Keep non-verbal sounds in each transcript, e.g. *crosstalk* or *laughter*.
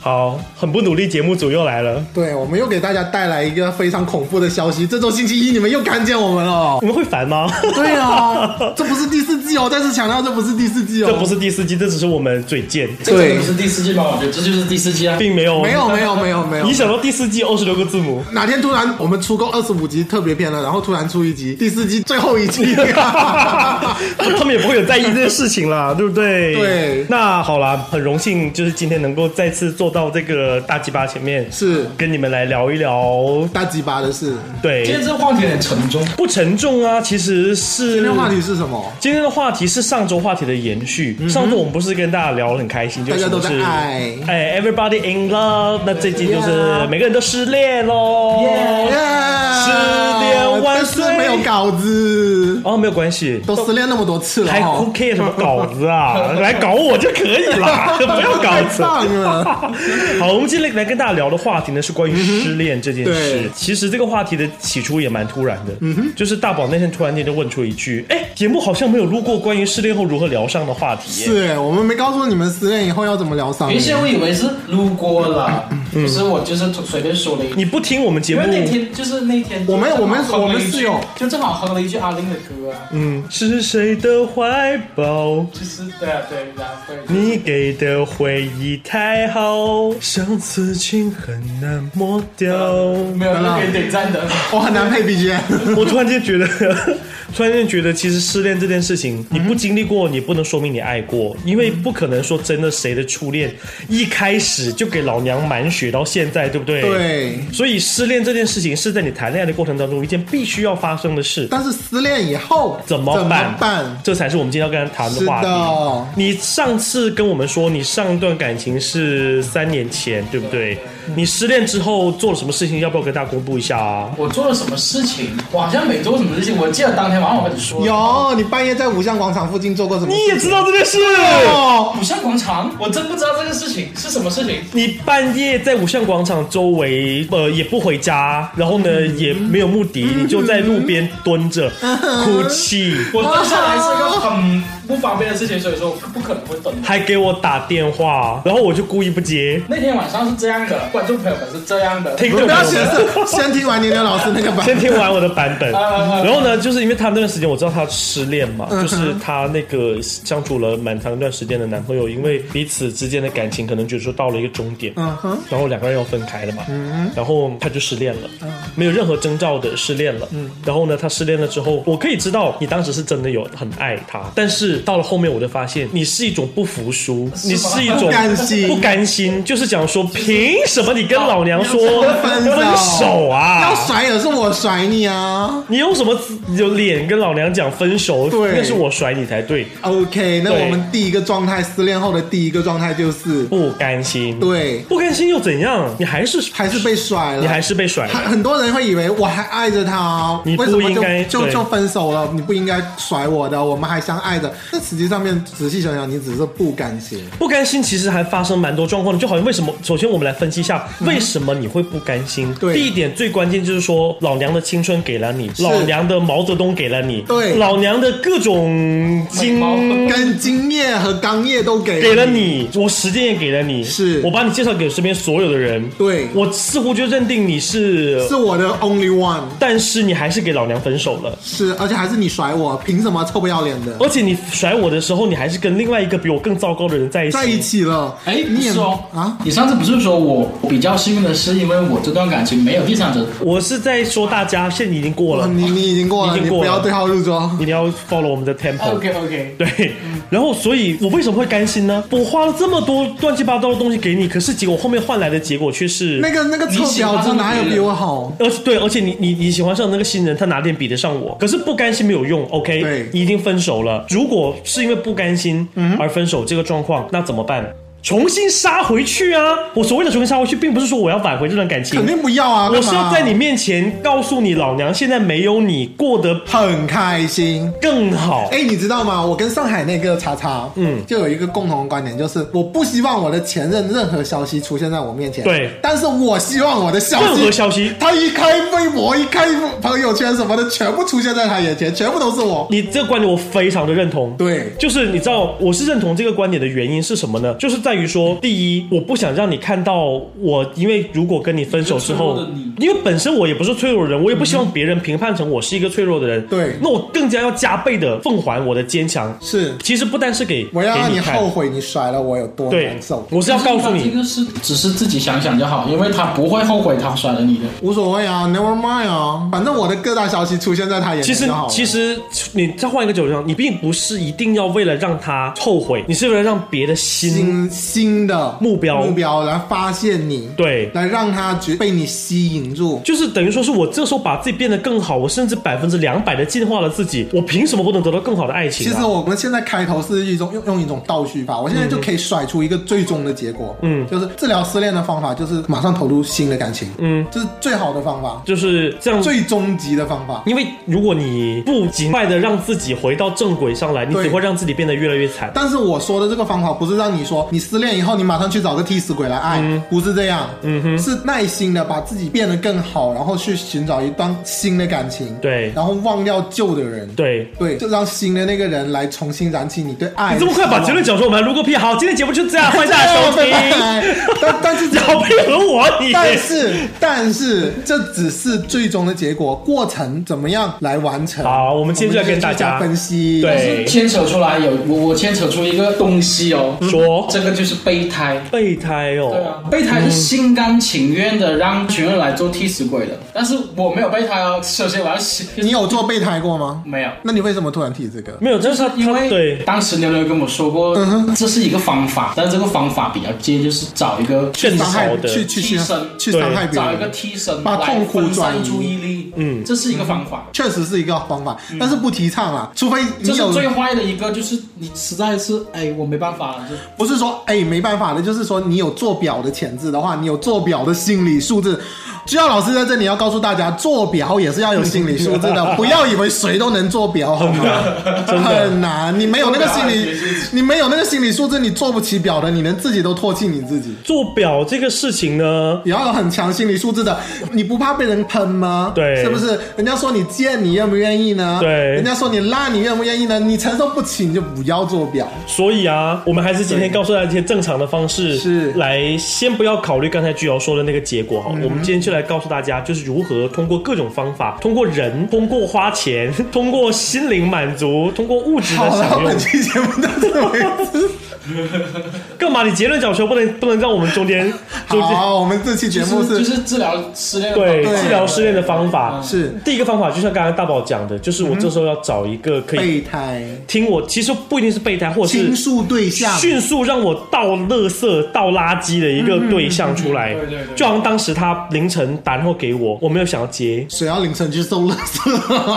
好，很不努力，节目组又来了。对，我们又给大家带来一个非常恐怖的消息。这周星期一，你们又看见我们了。你们会烦吗？对啊，这不是第四季哦，再次强调，这不是第四季哦，这不是第四季，这只是我们嘴贱，这真的不是第四季吗？我觉得这就是第四季啊。并没有没有没有没有没有你。想到第四季二十六个字 *laughs* 母，哪天突然我们出够二十五集特别篇了，然后突然出一集第四季最后 *laughs* 一集，他们也不会有在意这件事情啦，对不对？对那好啦，很荣幸，就是今天能够再次坐到这个大鸡巴前面，是跟你们来聊一聊。大鸡巴的事。对，今天这个话题很沉重，不沉重啊，其实是今天话题是什么？今天的话题是上周话题的延续。上周我们不是跟大家聊得很开心，就嗯大是家都在就是爱哎，everybody in love。那最近就是 Yeah 每个人都失恋喽。耶，失恋哦万岁但是没有稿子，哦，没有关系，都失恋那么多次了还哦， who care 什么稿子 *laughs* 啊？来搞我就可以了，不要稿太子。棒了。好，我们今天来跟大家聊的话题呢是关于失恋这件事。对嗯其实这个话题的起初也蛮突然的，就是大宝那天突然间就问出一句：“哎，节目好像没有录过关于失恋后如何疗伤的话题耶。”是我们没告诉你们失恋以后要怎么疗伤。原先我以为是路过了，嗯可是我就是随便说了一句。你不听我们节因目为，那天就是那天，我们就正好我们哼了我们一句室友就正好哼了一句阿玲的歌啊，嗯，是谁的怀抱？就是对啊对啊对啊。你给的回忆太好，像此情很难抹掉。没有那给点赞的，我很难配 BGM。我突然间觉得， *laughs* 突然间觉得，其实失恋这件事情，你不经历过，你不能说明你爱过，因为不可能说真的谁的初恋一开始就给老娘满血到现在，对不对？。对，所以失恋这件事情是在你谈恋爱的过程当中一件必须要发生的事。但是失恋以后怎么办？办？这才是我们今天要跟他谈是话题。的，你上次跟我们说，你上一段感情是三年前，对不对？你失恋之后做了什么事情？要不要跟大家公布一下啊？我做了什么事情？我好像没做什么事情，我记得当天晚上我跟你说，有你半夜在五巷广场附近做过什么？你也知道这件事，哦，五巷广场，我真不知道这个事情是什么事情。你半夜在五巷广场周围，呃，也不回家，然后呢，也没有目的，你就在路边蹲着哭泣，我蹲下来是一个很不方便的事情，所以说我不可能会蹲。还给我打电话，然后我就故意不接，那天晚上是这样的，观众朋友们是这样的，听不着没要有显？示，先听完年年老师那个版。先听完我的版本，啊然后呢，就是因为她那段时间我知道她失恋嘛，嗯就是她那个相处了蛮长一段时间的男朋友，因为彼此之间的感情可能觉得说到了一个终点，嗯哼，然后两个人要分开了嘛，然后她就失恋了，嗯没有任何征兆的失恋了，然后呢，她失恋了之后，我可以知道你当时是真的有很爱他，但是到了后面我就发现你是一种不服输，是吗你是一种不甘心不甘心，就是讲说凭什么你跟老娘说分分手啊？要甩也是我甩你啊。你有什么资有脸跟老娘讲分手？对那是我甩你才对， OK，那对我们第一个状态，失恋后的第一个状态就是，不甘心。，对，不甘心又怎样？你还是还是被甩了，你还是被甩很了。很多人会以为我还爱着他，哦你不为什么应该就就对就分手了？你不应该甩我的，我们还相爱着。但实际上面仔细想想，你只是不甘心。不甘心其实还发生蛮多状况的，就好像为什么？首先我们来分析一下为什么你会不甘心。嗯对第一点最关键就是说，老娘的青春给了你，老娘的毛泽东给了你，对老娘的各种经美貌跟精液和刚液都给给了，你，我时间也给了你，是我把你介绍给身边所有的人，对我似乎就认定你是是我的 only one，但是你还是给老娘分手了。是而且还是你甩我，凭什么臭不要脸的而且你甩我的时候，你还是跟另外一个比我更糟糕的人在一起。在一起了？哎，不你也是哦，啊，你上次不是说我比较幸运的是，因为我这段感情没有第三者，我是在说大家，现在你已经过哦了，你你已经过了，已经你过不了要对号入座。哦你要 follow 我们的 tempo。 OK OK，嗯对，然后，所以我为什么会甘心呢？我花了这么多乱七八糟的东西给你，可是结果后面换来的结果却是那个那个臭婊子哪有比我好？而且对，而且你你你喜欢上那个新人，他哪点比得上我？可是不甘心没有用，OK？对嗯你已经分手了。如果是因为不甘心而分手这个状况，那怎么办？重新杀回去啊！我所谓的重新杀回去，并不是说我要挽回这段感情，肯定不要啊！我是干嘛要在你面前告诉你，老娘现在没有你过得很开心。更好。哎，你知道吗？我跟上海那个叉叉，嗯就有一个共同的观点，就是我不希望我的前任任何消息出现在我面前。对但是我希望我的消息，任何消息他一开微博、一开朋友圈什么的，全部出现在他眼前，全部都是我。你这个观点我非常的认同。对就是你知道我是认同这个观点的原因是什么呢？就是在于说，第一，我不想让你看到我，因为如果跟你分手之一后个脆弱的你，因为本身我也不是脆弱的人，我也不希望别人评判成我是一个脆弱的人。对那我更加要加倍的奉还我的坚强。是，其实不单是给我要给让你看后悔你甩了我有多对难受，，我是要告诉这你，个是只是自己想想就好，因为他不会后悔他甩了你的。无所谓啊，never mind 啊，反正我的各大消息出现在他眼其前实就好了。其实你再换一个角度上，你并不是一定要为了让他后悔，你是为了让别的心新新的目标目标来发现你，对来让他觉被你吸引住。就是等于说是我这时候把自己变得更好，我甚至百分之两百的进化了自己，我凭什么不能得到更好的爱情、其啊？实我们现在开头是一种用用一种倒叙法，我现在就可以甩出一个最终的结果，嗯就是治疗失恋的方法就是马上投入新的感情，嗯，这是最好的方法，就是这样。最终极的方法。因为如果你不尽快的让自己回到正轨上来，你对只会让自己变得越来越惨。但是我说的这个方法不是让你说你失恋以后你马上去找个替死鬼来爱，不是这样，嗯哼是耐心的把自己变得更好，然后去寻找一段新的感情，对然后忘掉旧的人，对，对，就让新的那个人来重新燃起你对爱你的希这么望。快把结论讲出，我们还录个屁！好，今天节目就这样，欢迎大家 *laughs* 收拜听。 *laughs* 拜。但但是你好配合我，你但是，但是这只是最终的结果，过程怎么样来完成？好我们接着我们跟大家继续分析。对牵扯出来有我我牵扯出一个东西哦，说这个就是备胎。备胎对哦，啊，备胎是心甘情愿的让群人来做替死鬼的，但是我没有备胎哦。首先我要先你有做备胎过吗？没有，那你为什么突然提这个？没有，就是他因他 *laughs* 为对当时牛牛跟我说过，这是一个方法，但是这个方法比较接，就是找一个更伤好害的去去去替身去伤害别找一个人，替身把来痛苦分转移散注意力，嗯这是一个方法。确实是一个方法，但是不提倡啊，除非嗯这你是有。最坏的一个，就是你实在是哎，我没办法了，就不是说哎没办法的，就是说你有做表的潜质的话，你有做表的心理素质。居耀老师在这里要告诉大家，做表也是要有心理素质的，不要以为谁都能做表，好吗？ *laughs* 真的很难，你没有那个心做表也理是，你没有那个心理素质，你做不起表的，你连自己都唾弃你自己。做表这个事情呢，也要有很强心理素质的，你不怕被人喷吗？对是不是？人家说你贱，你愿不愿意呢？对人家说你烂，你愿不愿意呢？你承受不起，你就不要做表。所以啊，我们还是今天告诉大家一些正常的方式，是嗯来先不要考虑刚才巨瑶说的那个结果哈。我们今天就来告诉大家，就是如何通过各种方法，通过人，通过花钱， *laughs* 通过心灵满足，通过物质的好了享，用本。期节目到这为止。干嘛？你结论讲出来，不能不能让我们中 *laughs* 间中间好，我们这期节目是就是是治疗失恋的方法对对嗯治疗失恋的方法。是第一个方法，就像刚刚大宝讲的，就是我这时候要找一个可以备胎听我，其实不一定是备胎，或者是倾诉对象，迅速让我倒垃圾、倒垃圾的一个对象出来，嗯嗯嗯对对对就好像当时他凌晨打电话给我，我没有想要接。谁要凌晨去收垃圾，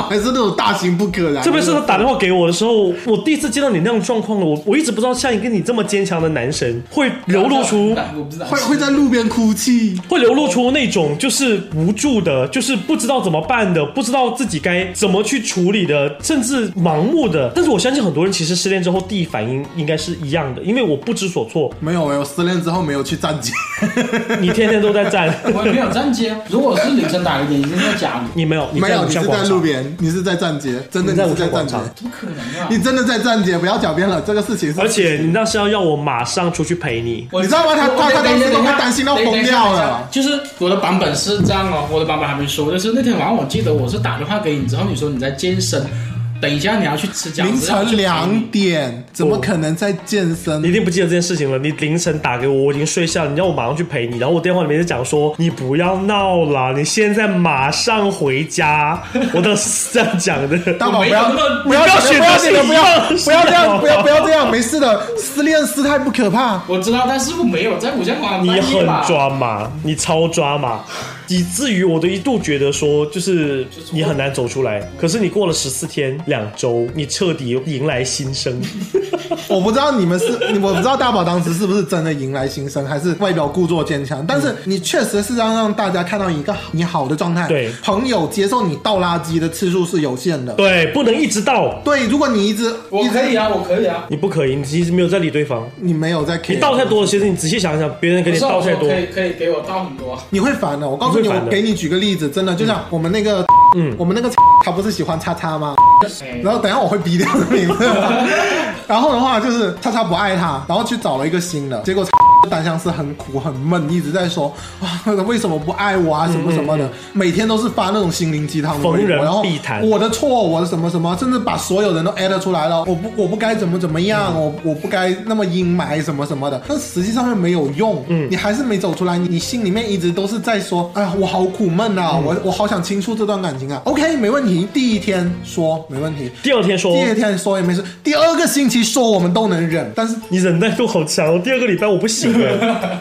还是那种大型不可燃？特别是他打电话给我的时候，我第一次见到你那种状况了，我我一直不知道像一个你这么坚强的男神会流露出。我不知道会会在路边哭泣。会流露出那种就是无助的，就是不知道怎么办的，不知道自己该怎么去处理的，甚至盲目的。但是我相信很多人其实失恋之后第一反应应该是一样的，因为我不知所措，没有，我失恋之后没有去站街，你天天都在 *laughs* 站，我也没有站街。如果是女生打给你，一定在家里，你没有，你没在有，偶你像是广在路场，边，你是在站街，真的你在你我是在在站广街，场怎么可能啊？你真的在站街，不要狡辩了，这个事情是。而且你那是要要我马上出去陪你，我你知道吗他我他他当时都等一下快担心到等一下疯掉了等一下就是我的版本是这样哦，我的版本还没说，就是那天晚上我记得我是打电话给你之后，你说你在健身，等一下你要去吃饺子，凌要去晨陪两你点，怎么可能在健身你一？定不记得这件事情了。你凌晨打给我，我已经睡下了，你让我马上去陪你，然后我电话里面就讲说你不要闹了，你现在马上回 *laughs* 家。我当时是这样讲的。大宝不要我没有那么不要你不要这选样择不要这性样不要不要这样好啊不要不要这样，没事的，失恋失态不可怕。我知道，但是我没有在五家广你半夜很吧抓马，你超抓马，以至于我都一度觉得说，就是你很难走出来。可是你过了十四天、两周，你彻底迎来新生。我不知道你们是，我不知道大宝当时是不是真的迎来新生，还是外表故作坚强。但是嗯你确实是要让大家看到一个你好的状态。对朋友接受你倒垃圾的次数是有限的。对，不能一直到，对，如果你一直我可以，啊，我可以啊。你不可以，你其实没有在理对方。一直你没有在 care，你倒太多了，其实你仔细想想，别人给你不是倒我太说多，可以可以给我倒很多啊。你会烦的。我告诉你你，会烦我的给你举个例子，真的就像我们那个，嗯我们那个，他不是喜欢叉叉吗？哎然后等一下我会逼掉的名字。然后的话就是叉叉不爱他，然后去找了一个新的，结果单相思很苦很闷，一直在说 *laughs* 啊为什么不爱我啊什么什么的，每天都是发那种心灵鸡汤的嗯微逢博，人然后必谈我的错，我的什么什么，甚至把所有人都 at 出来了，嗯我不我不该怎么怎么样，我我不该那么阴霾什么什么的，但实际上面没有用，嗯你还是没走出来，你你心里面一直都是在说，哎呀我好苦闷嗯啊，我我好想倾诉这段感情啊，OK 没问题，第一天说没问题，第二天说第二天说也没事，第二个星期说我们都能忍，但是你忍耐度好强哦，第二个礼拜我不行 *laughs* 了。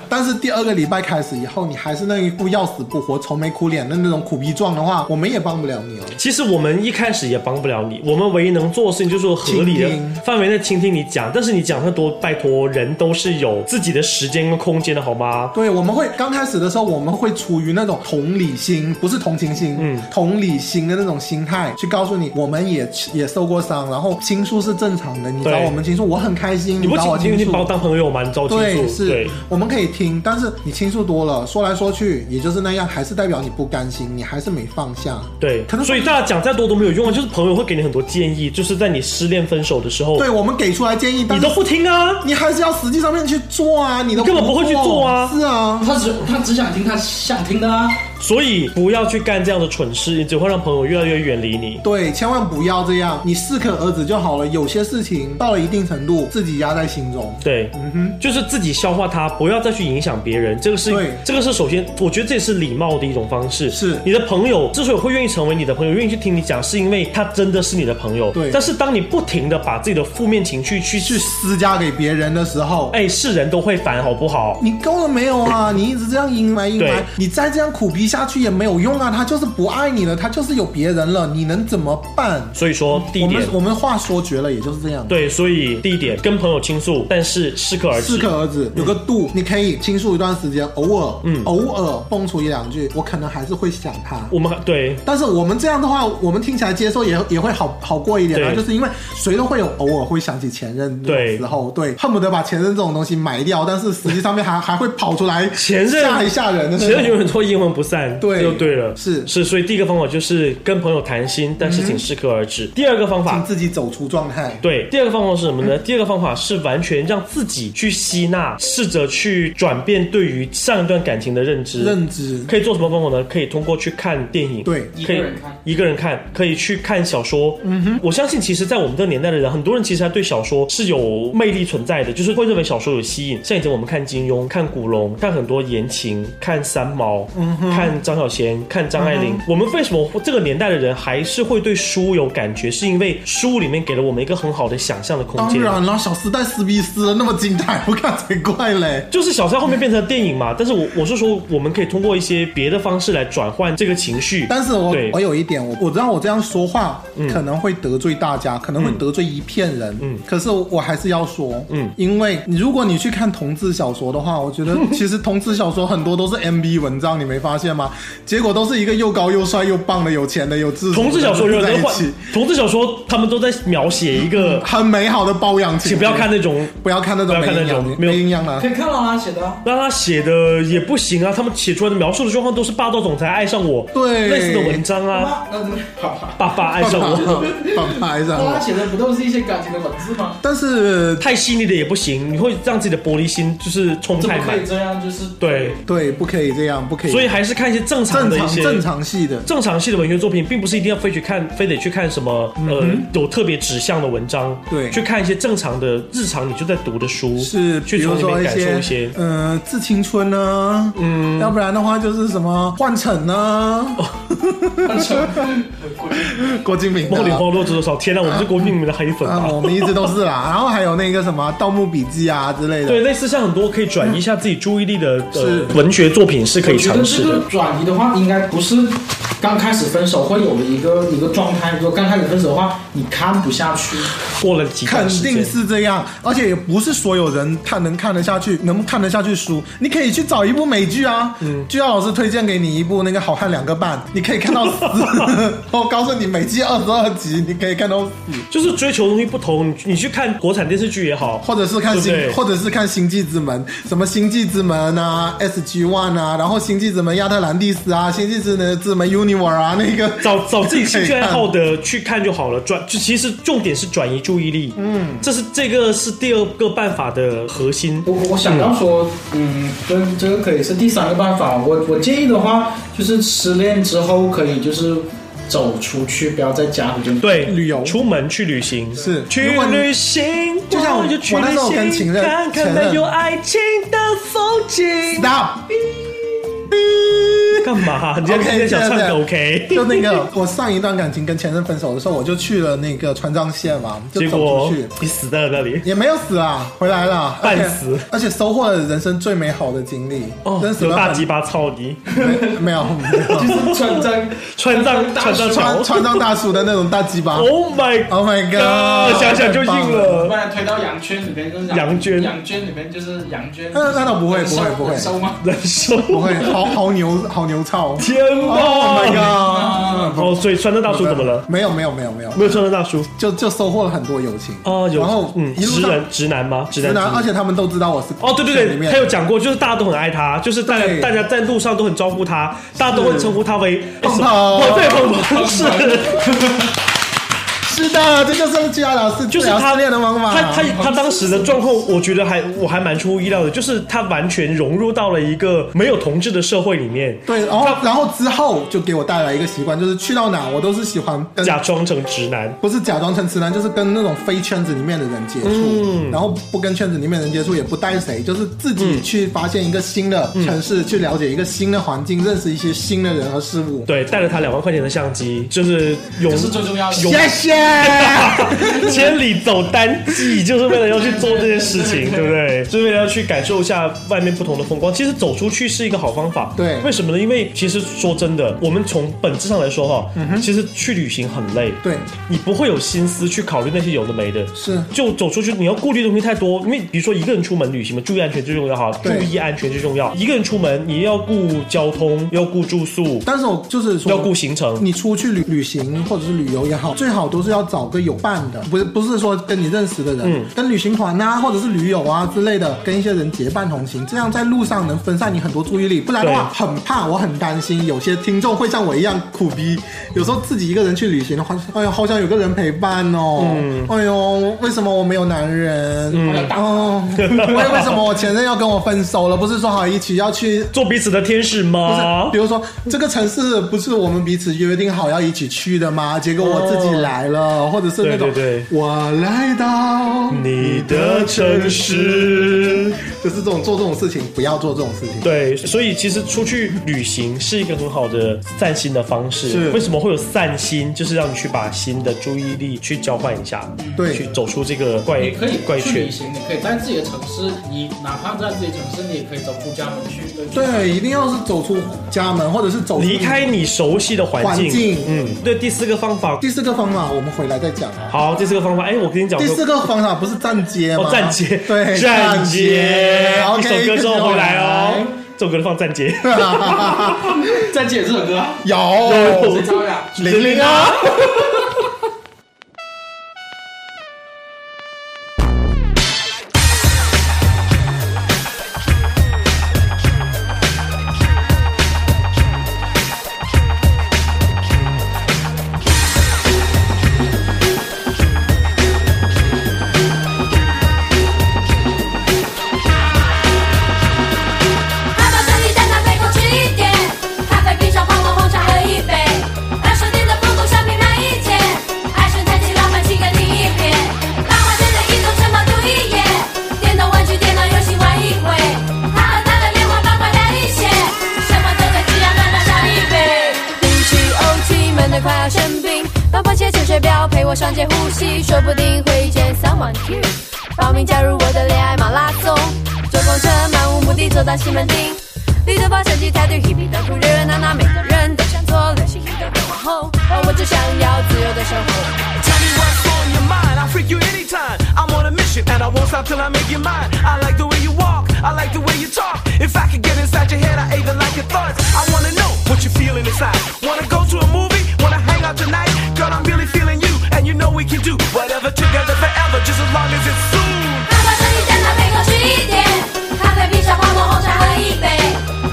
但是第二个礼拜开始以后，你还是那一副要死不活、愁眉苦脸的那种苦逼状的话，我们也帮不了你哦。其实我们一开始也帮不了你，我们唯一能做的事情就是合理的倾听范围内倾听你讲，但是你讲太多，拜托，人都是有自己的时间跟空间的好吗？对，我们会刚开始的时候，我们会出于那种同理心，不是同情心，嗯，同理心的那种心态去告诉你，我们也也受过伤，然后倾诉是正常的，你找对我们倾诉，我很开心，你不找我清，倾你诉把我。当朋友嘛？你找我倾对，诉，是对，我们可以听，但是你倾诉多了，说来说去也就是那样，还是代表你不甘心，你还是没放下。对，可能所以大家讲再多都没有用啊，就是朋友会给你很多建议，就是在你失恋分手的时候，对我们给出来建议，但你是都不听啊，你还是要实际上面去做啊，你都你根本不会去做啊是啊，他只他只想听他想听的啊。所以不要去干这样的蠢事，你只会让朋友越来越远离你。对，千万不要这样，你适可而止就好了。有些事情到了一定程度，自己压在心中。对，嗯哼，就是自己消化它，不要再去影响别人。这个是对，这个是首先，我觉得这也是礼貌的一种方式。是你的朋友之所以会愿意成为你的朋友，愿意去听你讲，是因为他真的是你的朋友。对但是当你不停的把自己的负面情绪去去，去施加给别人的时候，哎，是人都会烦，好不好？你够了没有啊？你一直这样阴霾阴霾对，你再这样苦逼下去也没有用啊！他就是不爱你了，他就是有别人了，你能怎么办？所以说，第一嗯我点们，我们话说绝了，也就是这样。对，所以第一点，跟朋友倾诉，但是适可而止。适可而止，有个度，你可以倾诉一段时间，偶尔，嗯，偶尔蹦出一两句，我可能还是会想他，我们还对但是我们这样的话，我们听起来接受也也会好好过一点啊，对就是因为谁都会有偶尔会想起前任对的时候，对，恨不得把前任这种东西埋掉，但是实际上面 *laughs* 还还会跑出来前任吓一吓人的那种前任永远都会阴魂不散，对就对了，是嗯是，所以第一个方法就是跟朋友谈心，但是请适可而止。第二个方请法。自己走出状态。对，第二个方法是什么呢？第二个方法是完全让自己去吸纳，试着去转变对于上一段感情的认知。认知可以做什么方法呢？可以通过去看电影，对可以一个人看一个人看，可以去看小说。嗯哼，我相信其实，在我们这个年代的人，很多人其实还对小说是有魅力存在的，就是会认为小说有吸引。像以前我们看金庸、看古龙、看很多言情、看三毛、看张小娴、看张爱玲，我们为什么会这个年代的人还是会对书有感觉？是因为书里面给了我们一个很好的想象的空当间。然了，《小时代》撕逼撕的那么精彩，我看才怪嘞。就是小三后面变成电影嘛，但是我我是说，我们可以通过一些别的方式来转换这个情绪。但是我对嗯我有一点，我我知道我这样说话、可能会得罪大家，可能会得罪一片人。嗯，可是我还是要说，嗯嗯，因为你如果你去看同志小说的话，我 *laughs* 觉得其实同志小说很多都是 MB 文章，你没发现吗？结果都是一个又高又帅又棒的、有钱的、有知识的同志小说有在人一换起，，嗯同志小说他们都在描写一个，很美好的包养情。请不要看，那种，不要看那不要种没看那营种养、没有没营养的可。以看到他写的啊，让他写的也不行啊。他们写出来的描述的状况都是霸道总裁爱上我，对类似的文章啊，那那好吧。爸爸爱上 *laughs* 我，反拍上那他了。写的不都是一些感情的文字吗？但是太细腻的也不行，你会让自己的玻璃心就是冲怎么太可满以。这样？就是对，对，不可以这样，不可以。所以还是看看一些正常正的一常些正常系的，正常系的文学作品，并不是一定要非去看，非得去看什么呃、有特别指向的文章，嗯对去看一些正常的日常你就在读的书，是去比从如里说面一感受些一些。呃致青春呢，嗯，要不然的话就是什么幻城啊呢，哦 *laughs* 但是很贵。郭敬明的梦啊里花落知多少？天呐，我们是国民你们的黑粉啊，吧？我们一直都是啦。 *laughs* 然后还有那个什么《盗墓笔记》啊之类的，对，类似像很多可以转移一下自己注意力的呃是文学作品是可以我觉尝得试这的个。转移的话，应该不是刚开始分手会有的一个一个状态。如果刚开始分手的话，你看不下去，过了几肯段时间定是这样，而且也不是所有人看能看得下去，能看得下去书。你可以去找一部美剧啊，嗯，剧耀老师推荐给你一部那个《好汉两个半》，你可以看 *laughs* 到死。我告诉你，每季二十二集，你可以看到死，就是追求的东西不同，你你去看国产电视剧也好，或者是看星对不对，或者是看《星际之门》，什么《星际之门》啊，《S G One》啊，然后《星际之门》亚特兰蒂斯啊，《星际之门》之门 Universe 啊，那个找找自己兴趣爱好的。的去看就好了，转就其实重点是转移注意力，嗯，这是这个是第二个办法的核心，我我想到说，嗯，这这个可以是第三个办法。我我建议的话，就是失恋之后可以就是走出去，不要在家里就对，旅游出门去旅行是去如果你旅行，就像我我就去我那时候旅跟行，情人看看前那任有爱情的风景。 Stop。 *laughs* 干 *laughs* 嘛？你今天想唱这样的 OK？就那个我上一段感情跟前任分手的时候，我就去了那个川藏线嘛，就结走果出去，你死在了那里。也没有死啊，回来了，半而且死，而且收获了人生最美好的经历，哦真，死有了大很鸡巴操你！没没有没有，是 *laughs* 穿在川藏川藏川潮川藏大叔的那种大鸡巴。 ，Oh my Oh my god！想想就硬呃不了。然推到羊圈里面就是羊圈羊圈里面就是羊圈。那那倒不会不会不会能收吗？难受，不会，好好牛，好牛操天哪 Oh my god！哦，所以川藏大叔怎么了？呃没有没有没有没有，没有川藏大叔就就收获了很多友情哦，有然后嗯，一直路上男直男吗？直男直男，而直女且他们都知道我是哦，对圈里对对，面他有讲过，就是大家都很爱他，就是大家对大家在路上都很照顾他，大家都会称呼他为哎胖什么胖哦，对，胖胖是，是的，这就是居家老师啊就是治疗他失恋的方法。他他他当时的状况，我觉得还我还蛮出乎意料的，就是他完全融入到了一个没有同志的社会里面，对，然后然后之后就给我带来一个习惯，就是去到哪我都是喜欢跟假装成直男。不是假装成直男，就是跟那种非圈子里面的人接触，嗯然后不跟圈子里面人接触，也不带谁，就是自己去发现一个新的嗯城市，去了解一个新的环境，认识一些新的人和事物。对，带了他两万块钱的相机，就是勇这是最重要的勇谢谢。千里走单骑，就是为了要去做这件事情， *laughs* 对不对？就是为了要去感受一下外面不同的风光。其实走出去是一个好方法，对为什么呢？因为其实说真的，我们从本质上来说哈，其实去旅行很累，嗯对，你不会有心思去考虑那些有的没的，是就走出去，你要顾虑的东西太多。因为比如说一个人出门旅行嘛，注意安全最重要哈，注对意安全最重要。一个人出门，你要顾交通，要顾住宿，但是我就是说要顾行程。你出去旅旅行或者是旅游也好，最好都是要找个有伴的，不是不是说跟你认识的人，跟旅行团啊或者是驴友啊之类的，跟一些人结伴同行，这样在路上能分散你很多注意力。不然的话，很怕，我很担心有些听众会像我一样苦逼，有时候自己一个人去旅行的话，哎呦，好想有个人陪伴哦，哎呦，为什么我没有男人？嗯哦， *laughs* 为为什么我前任要跟我分手了？不是说好一起要去做彼此的天使不吗是，比？如说这个城市不是我们彼此约定好要一起去的吗？结果我自己来了，或者是那种哦对对我来到你的城，市。就是这种做这种事情，不要做这种事情。对，所以其实出去旅行是一个很好的散心的方式。是为什么会有散心？就是让你去把心的注意力去交换一下，对去走出这个怪你可以怪去圈旅。行，你可以在自己的城市，你哪怕在自己的城市，你也可以走出家门去。对，一定要是走出家门，或者是走出离。开你熟悉的环境，环境嗯，对。第四个方法，第四个方法，我们回来再讲啊。好，第四个方法，哎，我跟你讲，第四个方法不是站街吗？哦，站街，对，站街，一 OK，首歌之后回来哦，这首歌放站街， *laughs* 再见这首歌啊，有哦谁招呀？玲玲啊。阿爸跟你站在背后指点，他翻番茄潜水表陪我上街呼吸，说不定会遇见 someone cute。报名加入我的恋爱马拉松，坐公车漫无目的走到西门町，绿豆包相机排队 hippie 到处热热闹闹，每个人都想做流行 hit 的网红，而我只想要自由的生活。 Tell me what's on your mind. I'll freak you anytime. I'm on a mission and I won't stop till I make you mine. I like the way you walk. I like the way you talk. If I could get inside your head, I either like your thoughts. I wanna know what you're feeling inside. Wanna go to a movie? Wanna hang out tonight? Girl, I'm really feeling you. And you know we can do whatever together forever, just as long as it's soon. 爸爸说你将来陪我去一点，咖啡冰沙泡沫红茶喝一杯，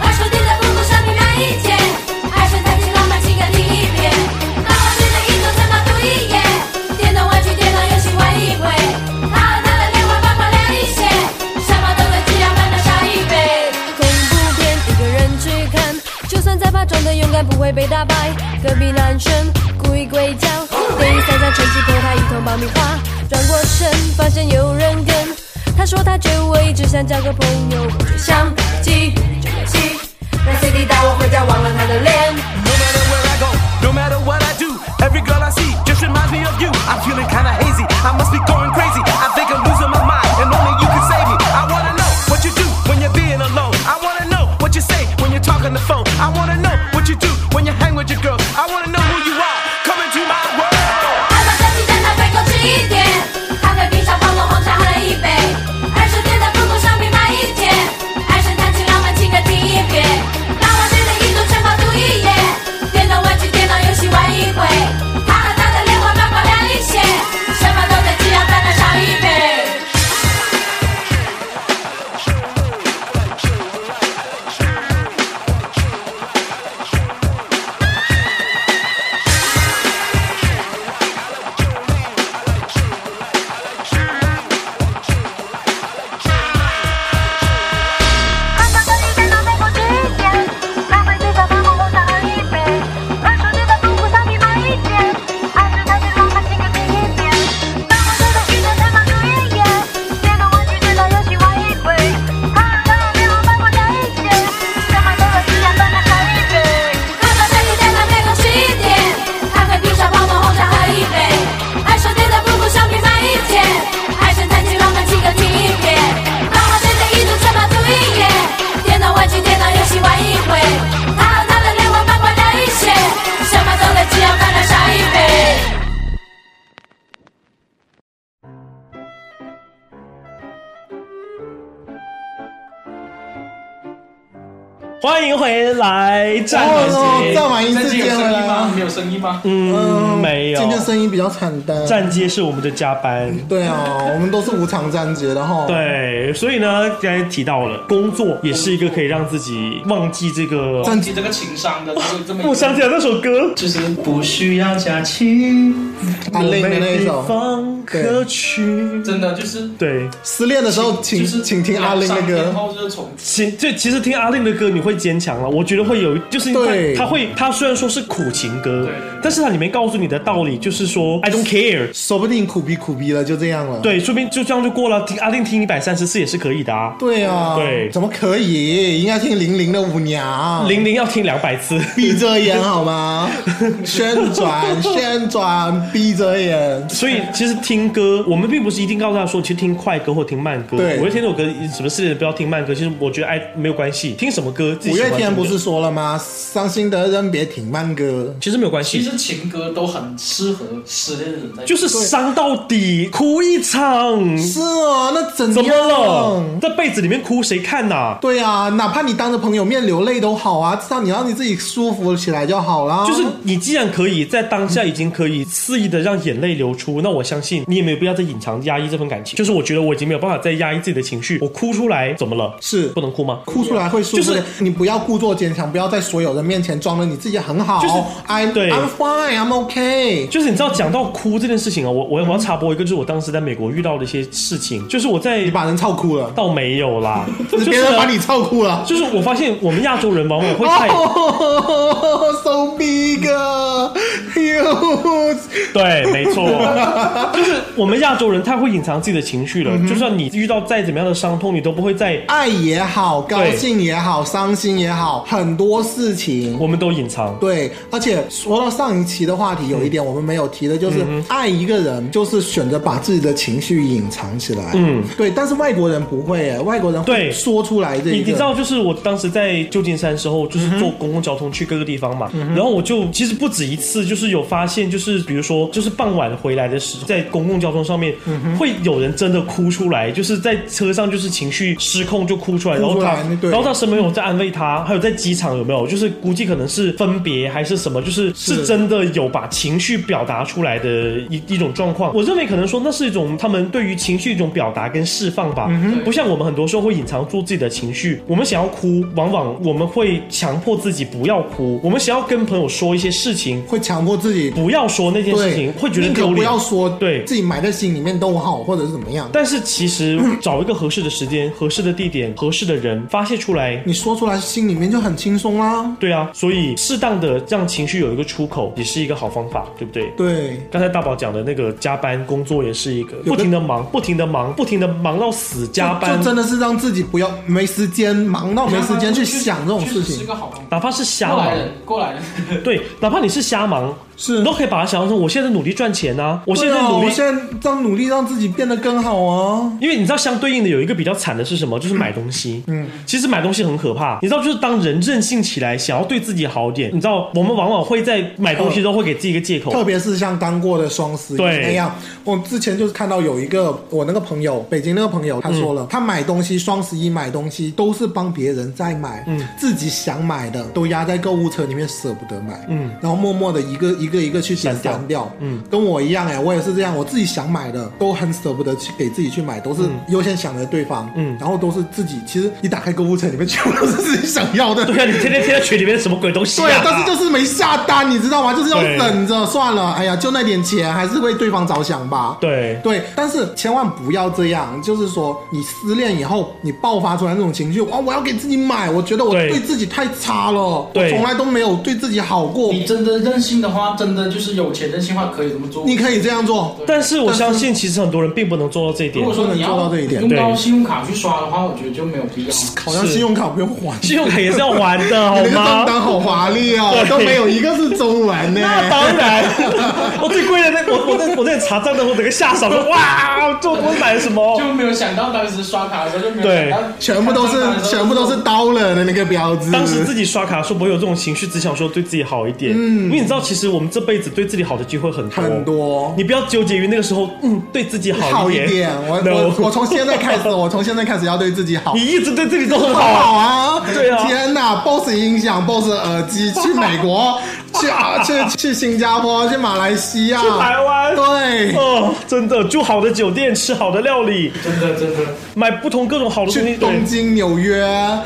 二手店在工作上面买一件，爱上才情浪漫情歌听一遍，漫画世界一周怎么读一页，电动玩具电脑游戏玩一回，他和他的恋爱爸爸聊一些，什么都对，只要慢慢少一杯。恐怖片一个人去看，就算再怕，装的勇敢不会被打败。隔壁男生故意鬼叫，等一三张成绩泼他一桶爆米花。转过身发现有人跟，他说他觉得我一直想交个朋友，我就想打击就游戏。那 CD 打我回家忘了他的脸。 No matter where I go, no matter what I do, every girl I see just reminds me of you. I'm feeling kinda hazy, I must be going crazy. I think I'm losing my mind, and only you can save me. I wanna know what you do when you're being alone. I wanna know what you say when you're talking the phone. I wanna know what you do when you hang with your girl. I wanna know who you are. Come into my world. 爸爸说你将来陪我吃一点，咖啡冰沙泡沫红茶喝一杯，二手店在公共商品买一件，爱上弹琴浪漫情歌听一遍，漫画世界一种城堡读一页，电动玩具电脑游戏玩一回，他和他的恋爱爸爸聊一些，什么都对，只要烦恼少一杯。爸爸说你在浪费过去一点，浪费最少糖果红茶喝一杯，二手店的中古商品买一件，爱是太浪漫情歌听一遍，漫画书的一天才满足一页，电动玩具电脑游戏玩一回，他和他的恋爱漫过聊一些，什么都有，只想帮他少一杯。爸爸说你将来陪我去一点，咖啡冰沙泡沫红茶喝一杯，二手店在复古商品买一件，爱上弹琴浪漫情歌听一遍，漫画世界一种城堡读一页，电脑玩具电脑游戏玩一回，他和他的恋爱八卦聊一些，什么都对，只要烦恼少一杯。欢迎回来，战哦，哦环再玩一这次集有接回声音来吗？啊。没有声音吗？节，嗯，没有今。天声音比较惨淡。站街是我们的加班，对啊，我们都是无偿站街的哈。，对，所以呢，刚才提到了工作也是一个可以让自己忘记这个。专辑这个情 *laughs* 商的，就是这么一个我想起来那首歌，就是不需要假期，阿令的那一地首。方可去。真的就是对，失恋的时候，请就是请听阿令的然歌。后就是从其就其实听阿令的歌，你会坚强了。我觉得会有，就是因为对他会，他虽然说是苦情歌对，但是它里面告诉你的道理就是说，I don't care。说不定苦逼苦逼了，就这样了。对，说不定就这样就过了。听阿令听一百三十次也是可以的啊。对啊，对怎么可以？应该听玲玲的舞娘。玲玲要听两百次。 *laughs* 闭着眼好吗？旋转旋转，闭着眼。所以其实听歌，我们并不是一定告诉他说，其实听快歌或听慢歌。对五月天这首歌什么事情不要听慢歌，其实我觉得哎没有关系，听什么歌自己五喜欢月天听的不是说了吗？伤心的人别听慢歌。其实没有关其系，实情歌都很适合失恋的人在就是伤到底，哭一场，是哦，那怎怎么样了？在被子里面哭谁看呐、对啊，哪怕你当着朋友面流泪都好啊，至少你让你自己舒服起来就好啦。就是你既然可以在当下已经可以肆意的让眼泪流出，那我相信你也没有必要再隐藏压抑这份感情。就是我觉得我已经没有办法再压抑自己的情绪，我哭出来怎么了？是不能哭吗？哭出来会舒服。就是你不要故作坚强，不要在所有人面前装的你自己很好。就是 I'm 对 I'm fine, I'm OK。就是你知道讲到哭这件事情啊，我我我要插播一个，就是我当时在美国遇到的一些事情，就是我在你把人操哭了，倒没有 *laughs* 啦，就别是人把呢你操哭了。就是我发现我们亚洲人往往会太哦，so big，you 对，没 *laughs* 错，就是我们亚洲人太会隐藏自己的情嗯绪了，就算你遇到再怎么样的伤痛，你都不会再爱也好，高兴也好，伤心也好，很多事情我们都隐藏。对，而且说到上一期的话题，有一点我们没有提的，就是嗯爱一个人，就是选择把自己的情绪隐藏起来。嗯，对。但是外国人不会耶，外国人会对说出来这你一你知个。嗯道，就是我当时在旧金山的时候，就是坐公共交通去各个地方嘛，然后我就其实不止一次，就是有发现，就是比如说，就是傍晚回来的时候，在公共交通上面，嗯会有人真的哭出来，就是在车上就是情绪失控就哭出来，然哭后出来他，对然后他身边有在安慰他，还有在机场有没有，就是估计可能是分别还是什么，就是是真的有把情绪表达出来的一一种状况。我认为可能说那是一种他们对于情绪一种表达跟释放嗯吧，不像我们很多时候会隐藏住自己的情绪，我们想要哭，往往我们会强迫自己不要哭，我们想要跟朋友说一些事情。会强迫自己，不要说那件事对情，，会觉得宁可丢脸。不要说，对自己埋在心里面都好，或者是怎么样。但是其实找一个合适的时间、合适的地点、合适的人发泄出来，你说出来，心里面就很轻松啦。对啊，所以适当的让情绪有一个出口，也是一个好方法，对不对？对，刚才大宝讲的那个加班工作也是一个不停的忙，不停的忙，不停的忙到死，加班就真的是让自己不要没时间，忙到没时间去想这种事确实是情。个好方法。哪怕是瞎过来忙，人，过来人， *laughs* 对，哪怕你是瞎忙，是你都可以把它想象成我现在努力赚钱啊，我现在对啊努力我现在让努力让自己变得更好啊。因为你知道，相对应的有一个比较惨的是什么？就是买东西。嗯，其实买东西很可怕。你知道，就是当人任性起来，想要对自己好一点，你知道，我们往往会在买东西都会给自己一个借口。特别是像刚过的双十一对那样，我之前就是看到有一个我那个朋友，北京那个朋友，他说了，他买东西双十一买东西都是帮别人在买，嗯，自己想买的都压在购物车里面舍不得买，嗯，然后默默的一个一个一个去点删掉删掉，嗯，跟我一样哎、我也是这样，我自己想买的都很舍不得去给自己去买，都是优先想着对方，嗯，然后都是自己，其实一打开购物车里面全部都是自己想要的，对啊，你天天贴在群里面什么鬼东西啊？对，但是就是没下单，你知道吗？就是要对忍着，算了，哎呀，就那点钱，还是为对方着想吧。对对，但是千万不要这样，就是说你失恋以后，你爆发出来那种情绪，哇，我要给自己买，我觉得我对对自己太差了，我对从来都没有对自己好过。你真的任性的话，真的就是有钱任性的话可以这么做。你可以这样做，但是我相信，其实很多人并不能做到这一如点果。说你不能做要到这一点用到对信用卡去刷的话，我觉得就没有 *laughs* 必要。好像信用卡不用还。信用卡也是要还的，好你那个账单吗？好华丽哦，对都没有一个是中文呢。那当然，我最贵的那我我那我那查账单，我整个吓傻了，哇，这我买了什么？就没有想到当时刷卡的时候就没有对想到，全部都是看账单的时候全部都是刀了的那个标志。当时自己刷卡的时候，我有这种情绪，只想说对自己好一点。嗯，因为你知道，其实我们这辈子对自己好的机会很多很多你不要纠结于那个时候，嗯，对自己好好一点。点，我 No 我我从现在开始，我从现在开始要对自己好你。一直对自己都很好好好啊。啊！对啊天哪，BOSS 音响，BOSS 耳机，去美国， *laughs* 去啊，去去新加坡，去马来西亚，去台湾对，哦，真的，住好的酒店，吃好的料理，真的真的买不同各种好的东去西。东京、纽约，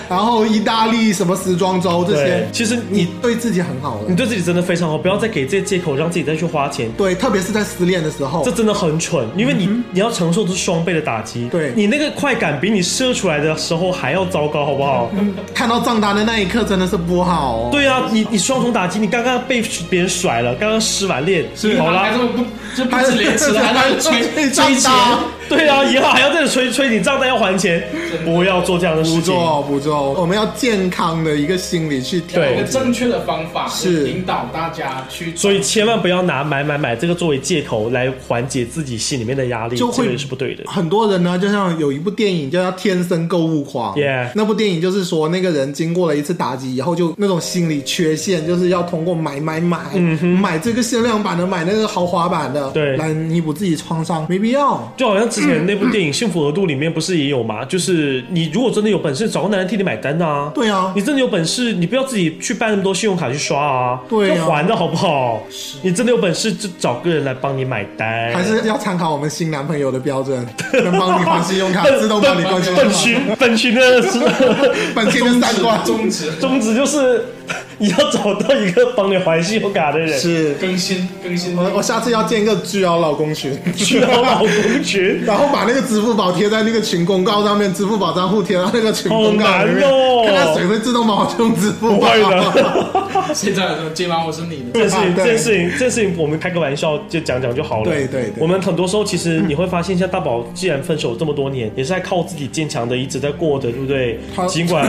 然后意大利什么时装周这对些对，，嗯其实你你对自己很好你了。对自己真的非常好，不要再给这些借口让自己再去花钱。对，特别是在失恋的时候这，真的很蠢，因为你、你要承受的是双倍的打击，对你那个快感比你射出来的时候还要糟糕，好不好？看到账单的那一刻真的是不好哦。对啊，你你双重打击，你刚刚被别人甩了，刚刚失完恋，银好行还啦这，么不就不止连吃，还在 *laughs* 催账催钱，单对啊，银行还要在这催催你账单要还钱，不要做这样的事不情。做不做，我们要健康的一个心理去调对有一个正确的方法是引导大家去。所以千万不要拿买买买这个作为借口来缓解自己心里面的压力，就会这个是不对的。很多人呢，就像有一部电影叫《天生购物狂》 Yeah 那部电影就是说，那个人经过了一次打击以后，就那种心理缺陷，就是要通过买买买，买这个限量版的，买那个豪华版的，嗯对来弥补自己创伤，没必要。就好像之前那部嗯电影《幸福额度》里面不是也有吗？就是你如果真的有本事，找个男人替你买单啊。对啊你真的有本事，你不要自己去办那么多信用卡去刷啊，对啊要还的好不好？你真的有本事，就找个人来帮你买单。还是要参考我们新男朋友的 *laughs* 标准，能帮你还信用卡，自动帮你关信用本卡。群本群的是 *laughs* 本期的三观，宗旨，宗旨就是你要找到一个帮你还信用卡的人，是更新更新我我下次要建一个巨摇老公群，去到老公群， *laughs* 然后把那个支付宝贴在那个群公告上面，支付宝账户贴到那个群公告里面，好难哦看看谁会自动帮我用支付不宝。会的。现在说今晚我是你的，这件事情，对这件事情，这件事情，我们开个玩笑就讲讲就好了。对对对我们很多时候其实你会发现，像大宝既然分手这么多年，也是在靠自己坚强的一直在过的，对不对他？尽 *laughs* 管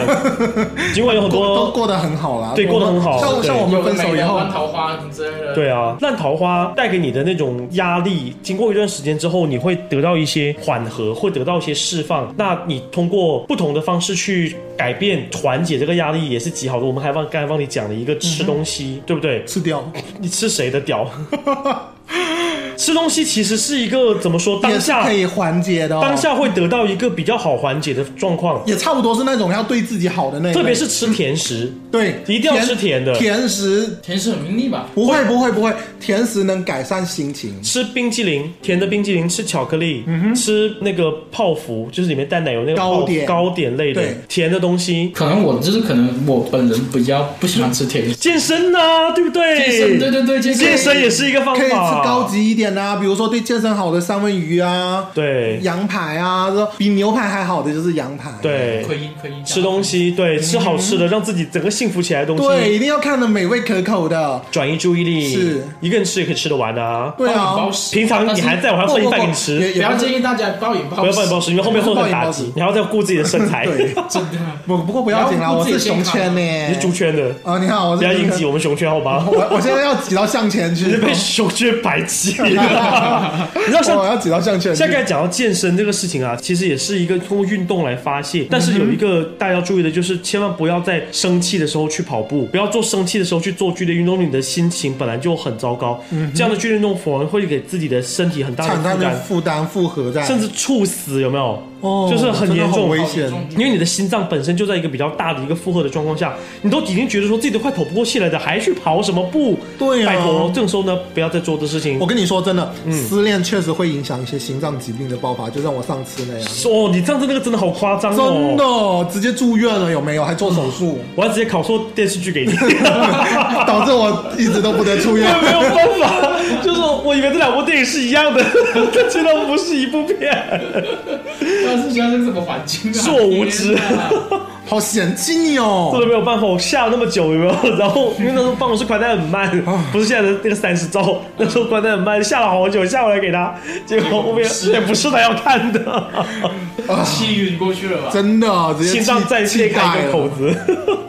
尽管有很过 *laughs* 都多。过得很好啦，对过得很好像像对我们分手以后，玩桃花什么之类的，对啊，烂桃花带给你的那种压力，经过一段时间之后，你会得到一些缓和，会得到一些释放。那你通过不同的方式去改变、缓解这个压力，也是极好的。我们还帮刚才帮你讲了一个吃东西，对不对？吃掉，你吃谁的屌？ *laughs* 吃东西其实是一个怎么说？当也是下可以缓解的哦、当下会得到一个比较好缓解的状况，也差不多是那种要对嗯自己好的那一类，特别是吃甜食。对，一定要吃甜的甜食甜食很命力吧？不会不会不会，甜食能改善心情。吃冰激凌，甜的冰激凌，吃巧克力，吃那个泡芙，就是里面带奶油那个泡嗯糕点糕点类的对甜的东西。可能我就是可能我本人比较不喜欢吃甜食，健身呐、对不对？健身对对对健身健身也是一个方法。可以吃高级一点的啊，比如说对健身好的三文鱼啊，对羊排啊，这比牛排还好的就是羊排。对，亏一亏一吃东西对，吃好吃的，让自己整个幸福起来的东西。嗯对，一定要看的美味可口的。转移注意力，是一个人吃也可以吃得完啊。对啊，暴饮暴不食平常你还在我还要分一份给你也吃，不也要不建议大家暴饮暴不食，要暴饮暴食，因为后面会很打击，你还要再顾自己的身材。对，真的。不不过不要紧啦，不要我自己是熊圈呢。你是猪圈的，啊，你好，我是不要硬猪挤圈我们熊圈好吗？我 *laughs* 我现在要挤到向前去。你是被熊圈排挤了。你知道 *laughs* 我像要挤到向前去像。刚才讲到健身这个事情啊，其实也是一个通过运动来发泄，但是有一个大家要注意的就是，千万不要在生气的时候去跑步，不要做生气的时候去做剧烈运动，你的心情本来就很糟糕，这样的剧烈运动反而会给自己的身体很大的产生负担的。负担负荷在，甚至猝死，有没有？哦就是很严真的好重，危险。因为你的心脏本身就在一个比较大的一个负荷的状况下，你都已经觉得说自己都快透不过气来的，还去跑什么步？对啊拜托，这种时候呢，不要再做的事情我。跟你说真的，嗯失恋确实会影响一些心脏疾病的爆发，就像我上次那样，哦，你上次那个真的好夸张哦！真的直接住院了，有没有？还做手 *laughs* 术， *laughs* 我要直接考错电视剧给你，导致我一直都不得出院。没有办法，就是我以为这两部电影是一样的， *laughs* 但其实它不是一部 *laughs* 片。但是现在是什么环境啊？是我无知天哪好嫌弃真你的哦！没有办法，我下了那么久，有没有？然后因为那时候办公室宽带很慢，啊不是现在的那个三十兆，那时候宽带很慢，下了好久，下回来给他，结果后面也不是他要看的， *laughs* 气晕过去了吧？真的，直接心脏再气裂开一气个大口了子。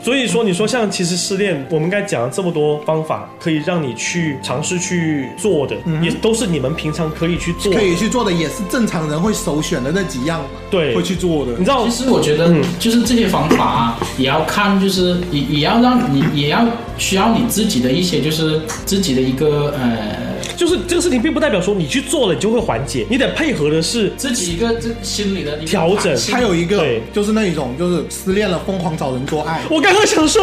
*laughs* 所以说，你说像其实失恋，我们刚才讲了这么多方法，可以让你去尝试去做的，也都是你们平常可以去做的嗯可。以去做的也是正常人会首选的那几样嘛，对会去做的你。知道其，实我觉得，嗯就是这些方法啊，也要看，就是也也要让你，也要需要你自己的一些，就是自己的一个呃，就是这个事情并不代表说你去做了你就会缓解，你得配合的是自己一个这心理的一个调整弹性还有一个对就是那一种，就是失恋了疯狂找人做爱，我刚刚想说，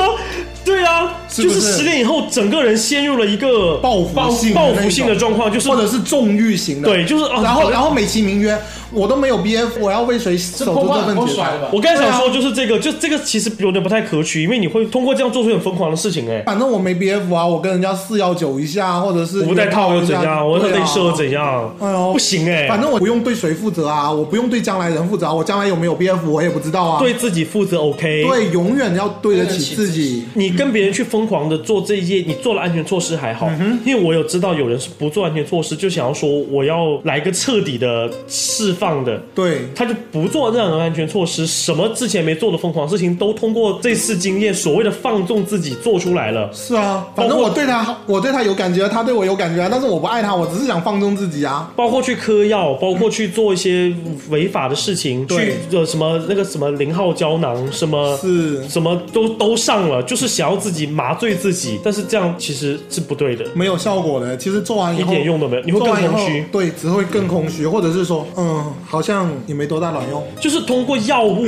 对啊，是就不是是失恋以后，整个人陷入了一个报复性报的那种复性的状况，就是或者是纵欲型的，对，就是啊，然后，我然后美其名曰我都没有 BF，我要为谁这守破住罐这子份破节摔了操？吧？我刚才想说对啊就是这个，就这个其实有点不太可取，因为你会通过这样做出很疯狂的事情哎、反正我没 BF 啊，我跟人家四幺九一下，或者是我不戴套又一怎下样，我又对内啊射又怎样，哎呦不行哎、反正我不用对谁负责啊，我不用对将来人负责啊，我将来有没有 BF 我也不知道啊。对自己负责 OK，对，永远要对得起自己。你跟别人去疯狂的做这一些，你做了安全措施还好，嗯因为我有知道有人是不做安全措施，就想要说我要来个彻底的释放的，对，他就不做任何安全措施，什么之前没做的疯狂事情都通过这次经验，所谓的放纵自己做出来了。是啊，反正包括我对他好，我对他有感觉，他对我有感觉啊，但是我不爱他，我只是想放纵自己啊。包括去嗑药，包括去做一些违法的事情，去对呃什么那个什么零号胶囊，什么是什么都都上了，就是想要自己麻醉自己，但是这样其实是不对的。没有效果的，其实做完以后一点用都没有你会做完以后更空虚对，只会更空虚，或者是说，嗯，嗯，好像也没多大卵用。就是通过药物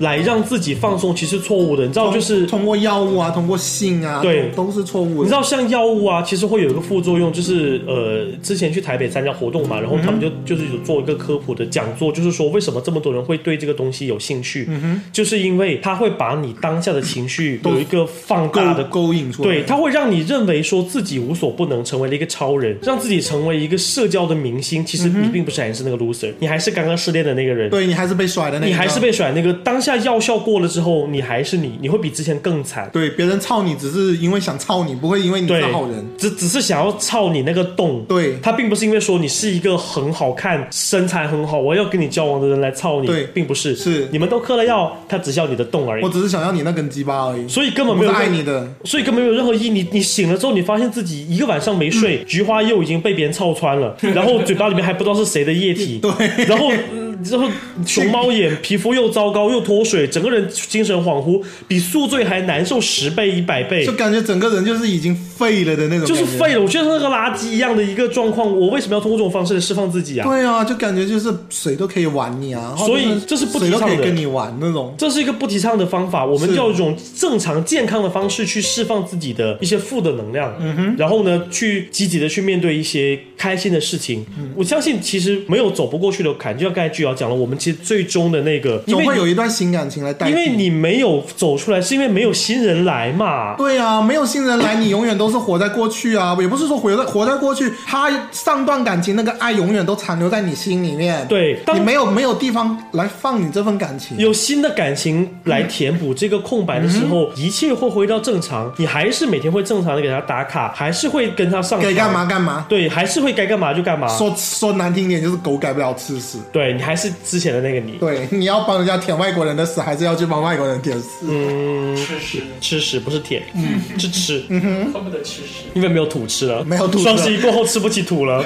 来让自己放松，其实错误的。你知道，哦就是通过药物啊，通过性啊，对都是错误的。你知道像药物啊，其实会有一个副作用，就是呃，之前去台北参加活动嘛，然后他们嗯就、就是有做一个科普的讲座，就是说为什么这么多人会对这个东西有兴趣，嗯就是因为它会把你当下的情绪有一个放勾大的勾引出来，对，它会让你认为说自己无所不能，成为了一个超人，让自己成为一个社交的明星。其实你并不是还是那个 loser，你还是刚刚失恋的那个人。嗯对你还是被甩的那一你个，还是被甩那个当下药效过了之后，你还是你，你会比之前更惨。对别人操你，只是因为想操你，不会因为你对是好人。，只只是想要操你那个洞。对他并不是因为说你是一个很好看、身材很好，我要跟你交往的人来操你。对并不是，是你们都嗑了药，他只是要你的洞而已我。只是想要你那根鸡巴而已，所以根本我没不有是任爱你的。所以根本没有任何意义。你你醒了之后，你发现自己一个晚上没睡，嗯菊花又已经被别人操穿 *laughs* 了，然后嘴巴里面还不知道是谁的液体，对然后嗯然后熊猫 *laughs* 眼，皮肤又糟糕又脱水，整个人精神恍惚，比宿醉还难受十倍一百倍就。感觉整个人就是已经废了的那种，就是废。了，我觉得像那个垃圾一样的一个状况，我为什么要通过这种方式来释放自己啊？对啊，就感觉就是谁都可以玩你啊，所以或者这是不谁都可提倡以的跟你玩那种。这是一个不提倡的方法，我们是要有一种正常健康的方式去释放自己的一些负的能量，嗯哼，然后呢，去积极的去面对一些开心的事情。嗯我相信其实没有走不过去的坎，就像刚才巨瑶讲了，我们其实最终的那个，因总为会有一段新感情来代替。因为你没有走出来，是因为没有新人来嘛。对啊，没有新人来，你永远都是活在过去啊，也不是说活在活在过去，他上段感情那个爱永远都残留在你心里面。对当你没有没有地方来放你这份感情。有新的感情来填补这个空白的时嗯候，一切会回到正常。你还是每天会正常的给他打卡，还是会跟他上床该干嘛？干嘛，对，还是会该干嘛就干嘛。说说难听点就是狗改不了吃屎。对你还是之前的那个你。对，你要帮人家舔外国人的屎，还是要去帮外国人舔屎？吃屎，吃屎不是舔，嗯，是吃，恨不得吃屎。因为没有土吃了，没有土吃双十一过后吃不起土了，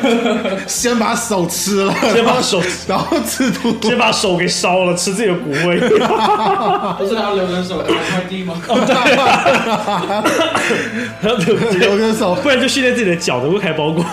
先把手吃了，先把手， *laughs* 然后吃土。先把手给烧了，吃自己的骨 *laughs* *laughs* 灰。不是他流人手拿快递 *laughs* 吗？哦然后对不 *laughs* 留对？个手，不然就训练自己的脚能够开包裹。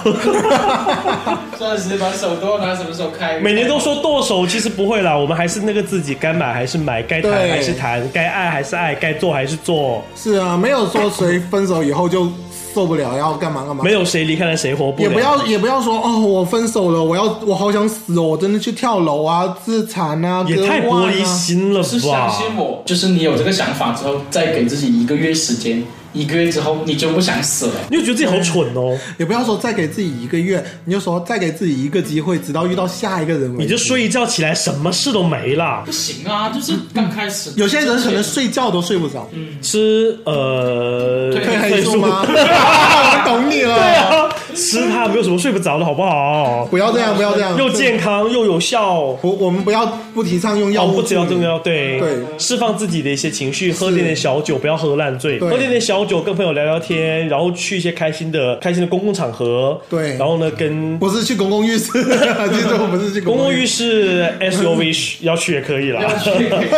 钻石把手都要拿什么时候开？每年都说剁手，其实不会啦，我们还是那个自己，该买还是买，该谈对还是谈，该爱还是爱，该做还是做，是啊，没有说谁分手以后就受不了要干嘛干嘛没。有谁离开了谁活不了。也不要也不要说哦，我分手了，我要我好想死哦，我真的去跳楼啊、自残啊、也太割玻腕璃啊。心了是相吧？信我，就是你有这个想法之后，再给自己一个月时间，一个月之后你就不想死了。你就觉得自己好蠢哦，也不要说再给自己一个月，你就说再给自己一个机会，直到遇到下一个人为止。你就睡一觉起来什么事都没了不。行啊，就是刚开嗯始，有些人可能睡觉都睡不着，吃呃褪褪黑黑素素吗？我 *laughs* 懂你了。对啊， *laughs* 吃它没有什么睡不着的好不好？不要这样，不要这样。又健康又有效，不，我们不要不提倡用药哦，物不治只疗要重要，对对释放自己的一些情绪，喝点点小酒，不要喝烂醉，对喝点点小酒，跟朋友聊聊天，然后去一些开心的、开心的公共场合，对然后呢，跟不是去公共浴室， *laughs* 记住不是去公共浴浴室 SUV 要去也可以要啦，去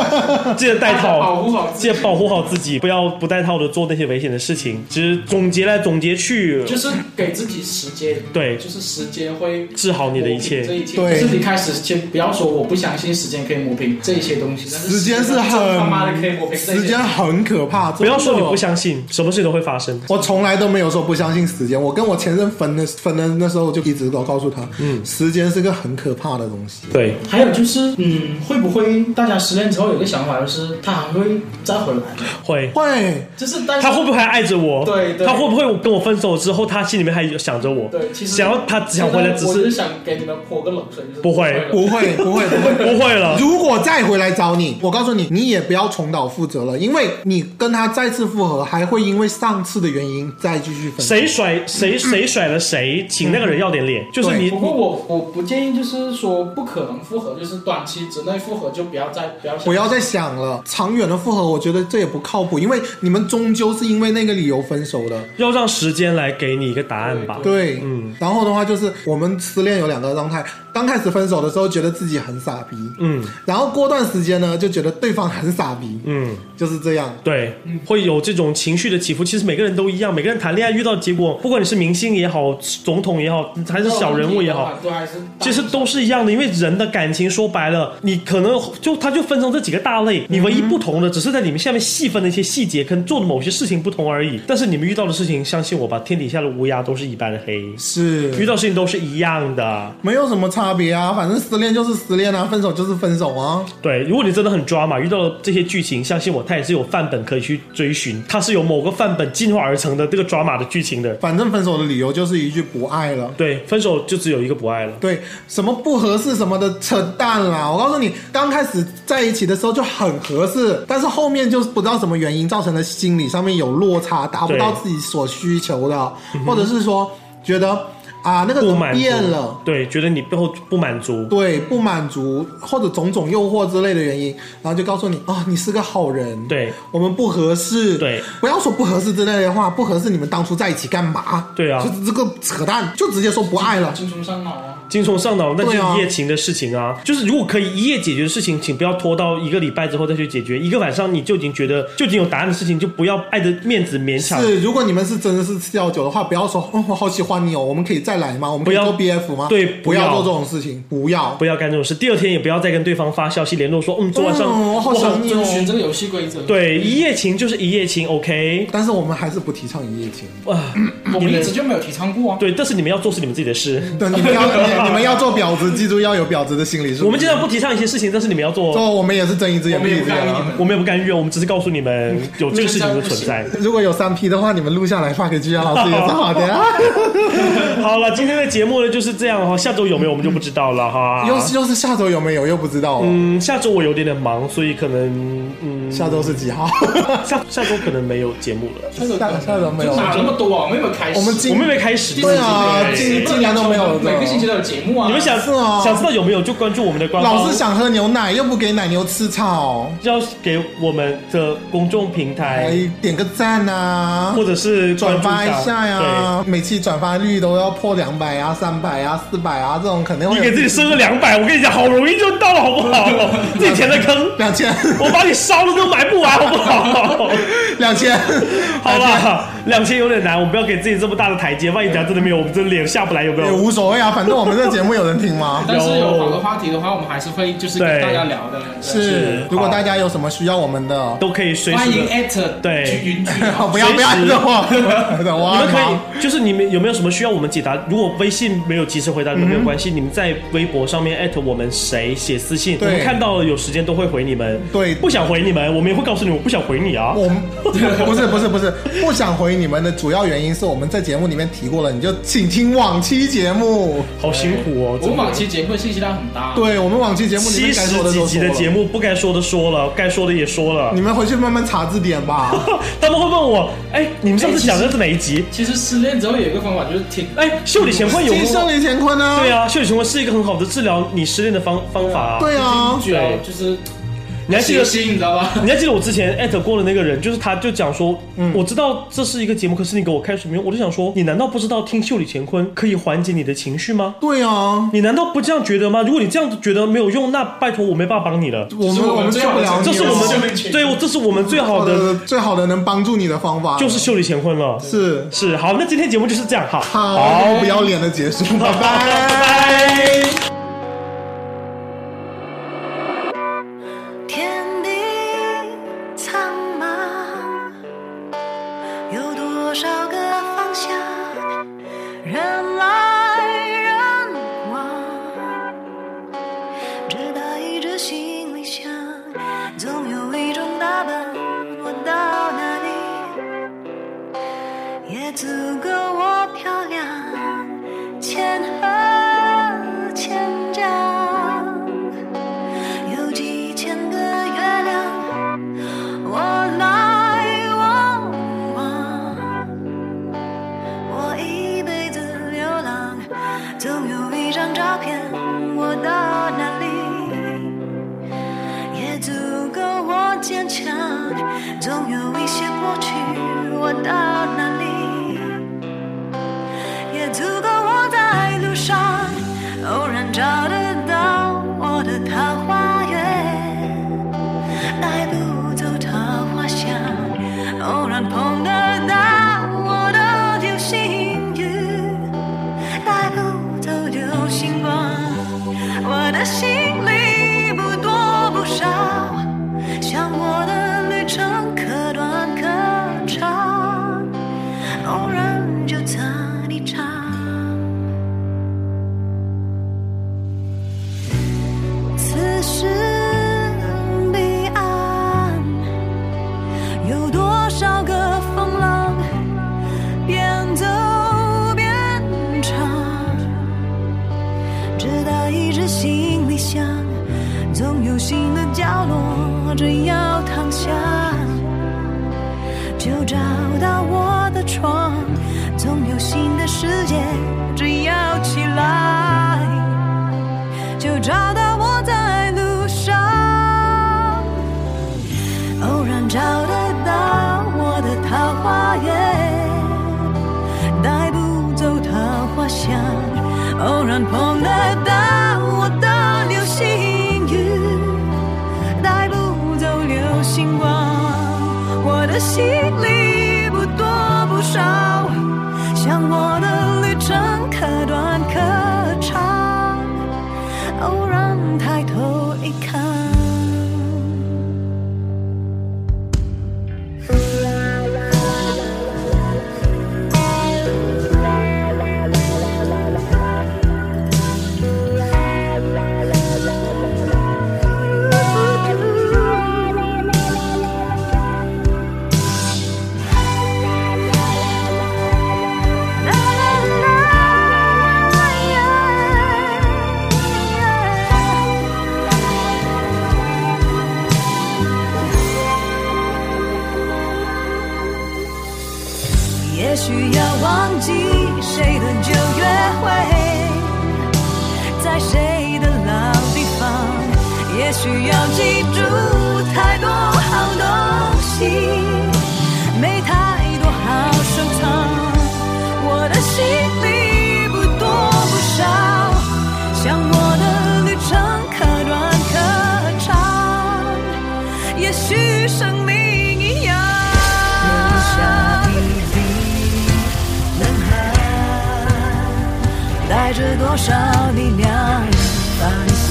*laughs* 记得带套，保护好自己记得保护好自己，不要不带套的做那些危险的事情。其实总结来总结去，就是给自己时间，对就是时间会治好你的一磨平这切。一切对就是你开始先不要说我不相信时间可以磨平这一些东西，但时间是真他妈的可以磨很，平这一时些间很可怕。不不要说你不相信，什么事都会发生。我从来都没有说不相信时间。我跟我前任分的分的那时候，我就一直都告诉他，嗯，时间是个很可怕的东西。对，还有就是，嗯，会不会大家失恋之后有个想法，就是他还会再回来？会。会，就是但是他会不会还爱着我？对对他会不会跟我分手之后，他心里面还想着我？对，其实想要他只想回来，只我就是是想给你们泼个冷水，就是不会了不会，不会，不不会。会了。如果再回来找你，我告诉你，你也不要重蹈覆辙了，因为你跟他再次复合，还会因为上次的原因再继续分手。谁甩 *clears throat* 谁谁甩了谁，请那个人要点脸。就是你不过我我不建议，就是说不可能复合，就是短期之内复合就不要再不要想不要再想了，长远的复合，我觉得这也不靠谱，因为你们终究是因为那个理由分手的。要让时间来给你一个答案吧。对，嗯，然后的话就是我们失恋有两个状态，刚开始分手的时候觉得自己很傻逼，嗯，然后过段时间呢就觉得对方很傻逼，嗯，就是这样。对，嗯会有这种情绪的起伏。其实每个人都一样，每个人谈恋爱遇到结果，不管你是明星也好，总统也好，还是小人物也好，，都还是其实都是一样的。因为人的感情说白了，你可能就它就分成这几个大嗯类，你唯一不同的只是在里面下面细分的一些细节，跟做的某些事情不同而已。但是你们遇到的事情，相信我吧，天底下的乌鸦都是一般的黑，遇是到事情都是一样的。没有什么差别啊，反正失恋就是失恋啊，分手就是分手啊。对，如果你真的很抓马，遇到了这些剧情，相信我，它也是有范本可以去追寻，它是由某个范本进化而成的这个抓马的剧情的。反正分手的理由就是一句不爱了。对，分手就只有一个不爱了。对，什么不合适什么的，扯淡啊啦！我告诉你，刚开始在一起的时候就很合适，但是后面就是不知道什么原因造成的心理上面有落差，达不到对自己所需求的，嗯或者是说觉得啊那个不人满足变了，，对，觉得你背后不满足，对，不满足或者种种诱惑之类的原因，然后就告诉你啊、你是个好人，对，我们不合适，对，不要说不合适之类的话，不合适你们当初在一起干嘛？对啊就这个扯淡，就直接说不爱了。精虫上脑啊。精虫上脑，那就对啊是一夜情的事情啊。就是如果可以一夜解决的事情，请不要拖到一个礼拜之后再去解决。一个晚上你就已经觉得就已经有答案的事情，就不要碍着面子勉强。是，如果你们是真的是吃药酒的话，不要说，哦，我好喜欢你哦，我们可以再来吗？我们可以不要做 BF 吗？对不不要做这种事情，不要。不要干这种事，第二天也不要再跟对方发消息联络说，嗯，昨晚上、嗯我好想你遵循哦。这个游戏规则，，对一夜情就是一夜情，OK 但是我们还是不提倡一夜情。啊，我们一直就没有提倡过啊。对，但是你们要做是你们自己的事。对，你们要你你们要做婊子，记住要有婊子的心理素质。我们尽量不提倡一些事情，但是你们要做，做，我们也是睁一只眼我们闭一也不只干眼预你啊。们，我们也不干预，我们只是告诉你们有这个事情的存在。如果有三 P 的话，你们录下来发给居家老师也是好的啊。好了，今天的节目呢就是这样哈，哦下周有没有我们就不知道了哈。又是又是下周有没有又不知道哦。嗯，下周我有点点忙，所以可能嗯，下周是几号？下下周可能没有节目了。下下周没有就。哪那么多啊？我们有没有开始？我们今我们还没开始，对啊，今今年都没有。每个星期都有节目啊。你们想是哦想知道有没有就关注我们的官方，老是想喝牛奶，又不给奶牛吃草，要给我们的公众平哎台，点个赞啊，或者是关转注发一下呀、对每期转发率都要破两百啊、三百啊、四百啊，这种肯定会你有给自己设个两百，我跟你讲，好容易就到了，好不好？自己填的坑， *laughs* *laughs* 两千，我把你烧了都埋不完，好不 *laughs* 好？两千，好了，两千有点难，我们不要给自己这么大的台阶，万一等下真的没有，我们这脸下不来，有没也有？无所谓啊，反正我们这节目有人听 *laughs* 吗？但是有好的话题的话，我们还是会就是对跟大家聊的。对是，如果大家有什么需要我们的，都可以随欢时迎的。 at 对云居 *laughs* 不要不要随时等 *laughs* 我，等我你啊们可以，就是你们有没有什么需要我们解答？如果微信没有及时回答，没有关系，你们在微博上面艾特我们谁写私信，我对们看到了有时间都会回你们。对不想回你们，我们也会告诉你我不想回你啊。*laughs* 我们不是不是不是不想回你们的主要原因是我们在节目里面提过了，你就请听往期节目。好辛苦哦，我真们的往期节目信息量很大，，对我们往期节目里七面该十说的几都集说的了，嗯节目，不该说的说了，该说的也说了你。们回去慢慢查字典吧。他们会问我，哎，你们上次讲的是哪一集？其实失恋之后有一个方法就是听，嗯哎，秀里乾坤有金秀个，林乾坤啊，对啊，秀里乾坤是一个很好的治疗你失恋的方方法啊。对哎啊，主要就是你还记写得信，你知道吧？你还记得我之前艾特过的那个人，就是他就讲说，我知道这是一个节目，可是你给我开什么用？我就想说，你难道不知道听秀里乾坤可以缓解你的情绪吗？对啊，你难道不这样觉得吗？如果你这样子觉得没有用，那拜托我没办法帮你了。我这们是我们我们最救好不的了你，这是我秀们里乾坤对，我这是我们最好的，的最好的能帮助你的方法，就是秀里乾坤了。是是，好，那今天节目就是这样，好，好不要脸的结束，*laughs* 拜拜。拜。天地苍茫，有多少个方向？人来人往，直到一直心里想，总有一种答案。我到哪里也足够我漂亮，千和千丈。有几千个月亮，我来我往，我一辈子流浪，总有一张照片，我到哪里也足够我坚强，总有一些过去，我到哪里。也足够我在路上偶然找到直到一直行李箱，总有新的角落，只要躺下，就找到我的床，总有新的世界，只要起来，就找到我在路上。偶然找得到我的桃花源，带不走桃花香。偶然碰得到我的流星雨，带不走流星光。我的心里不多不少，像我的旅程可短可长。偶然抬头一看。也许要忘记谁的旧约会，在谁的老地方，也许要记住太多好东西，没太多好收藏。我的心里不多不少，像我的旅程可短可长，也许生命一样。留下一笔冷汗，带着多少力量，放下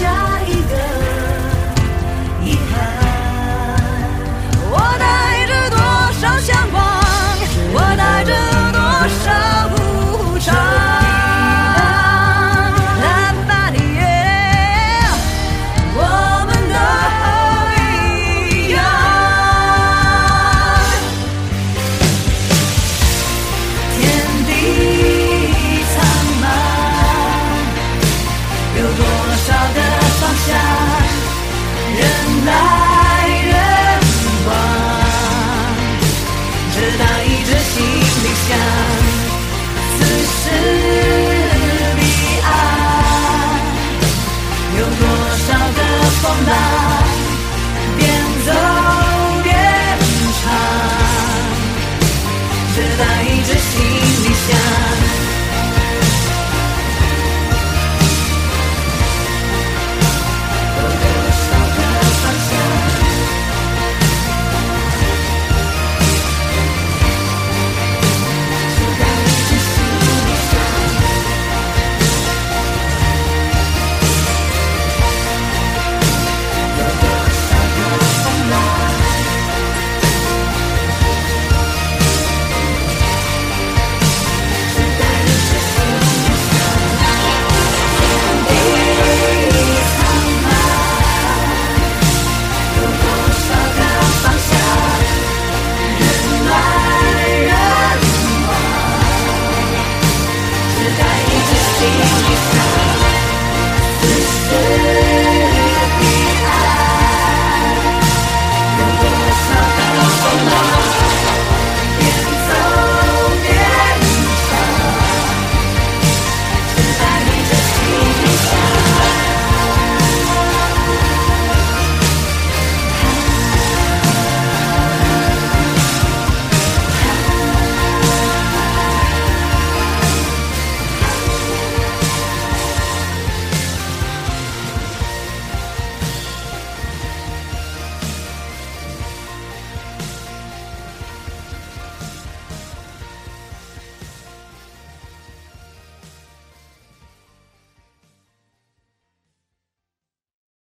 一个遗憾。我带着多少向往，我带着多少无常。蓝白的夜，我们都一样。天地苍茫，有多少的方向？人来人往，直到一直行李箱。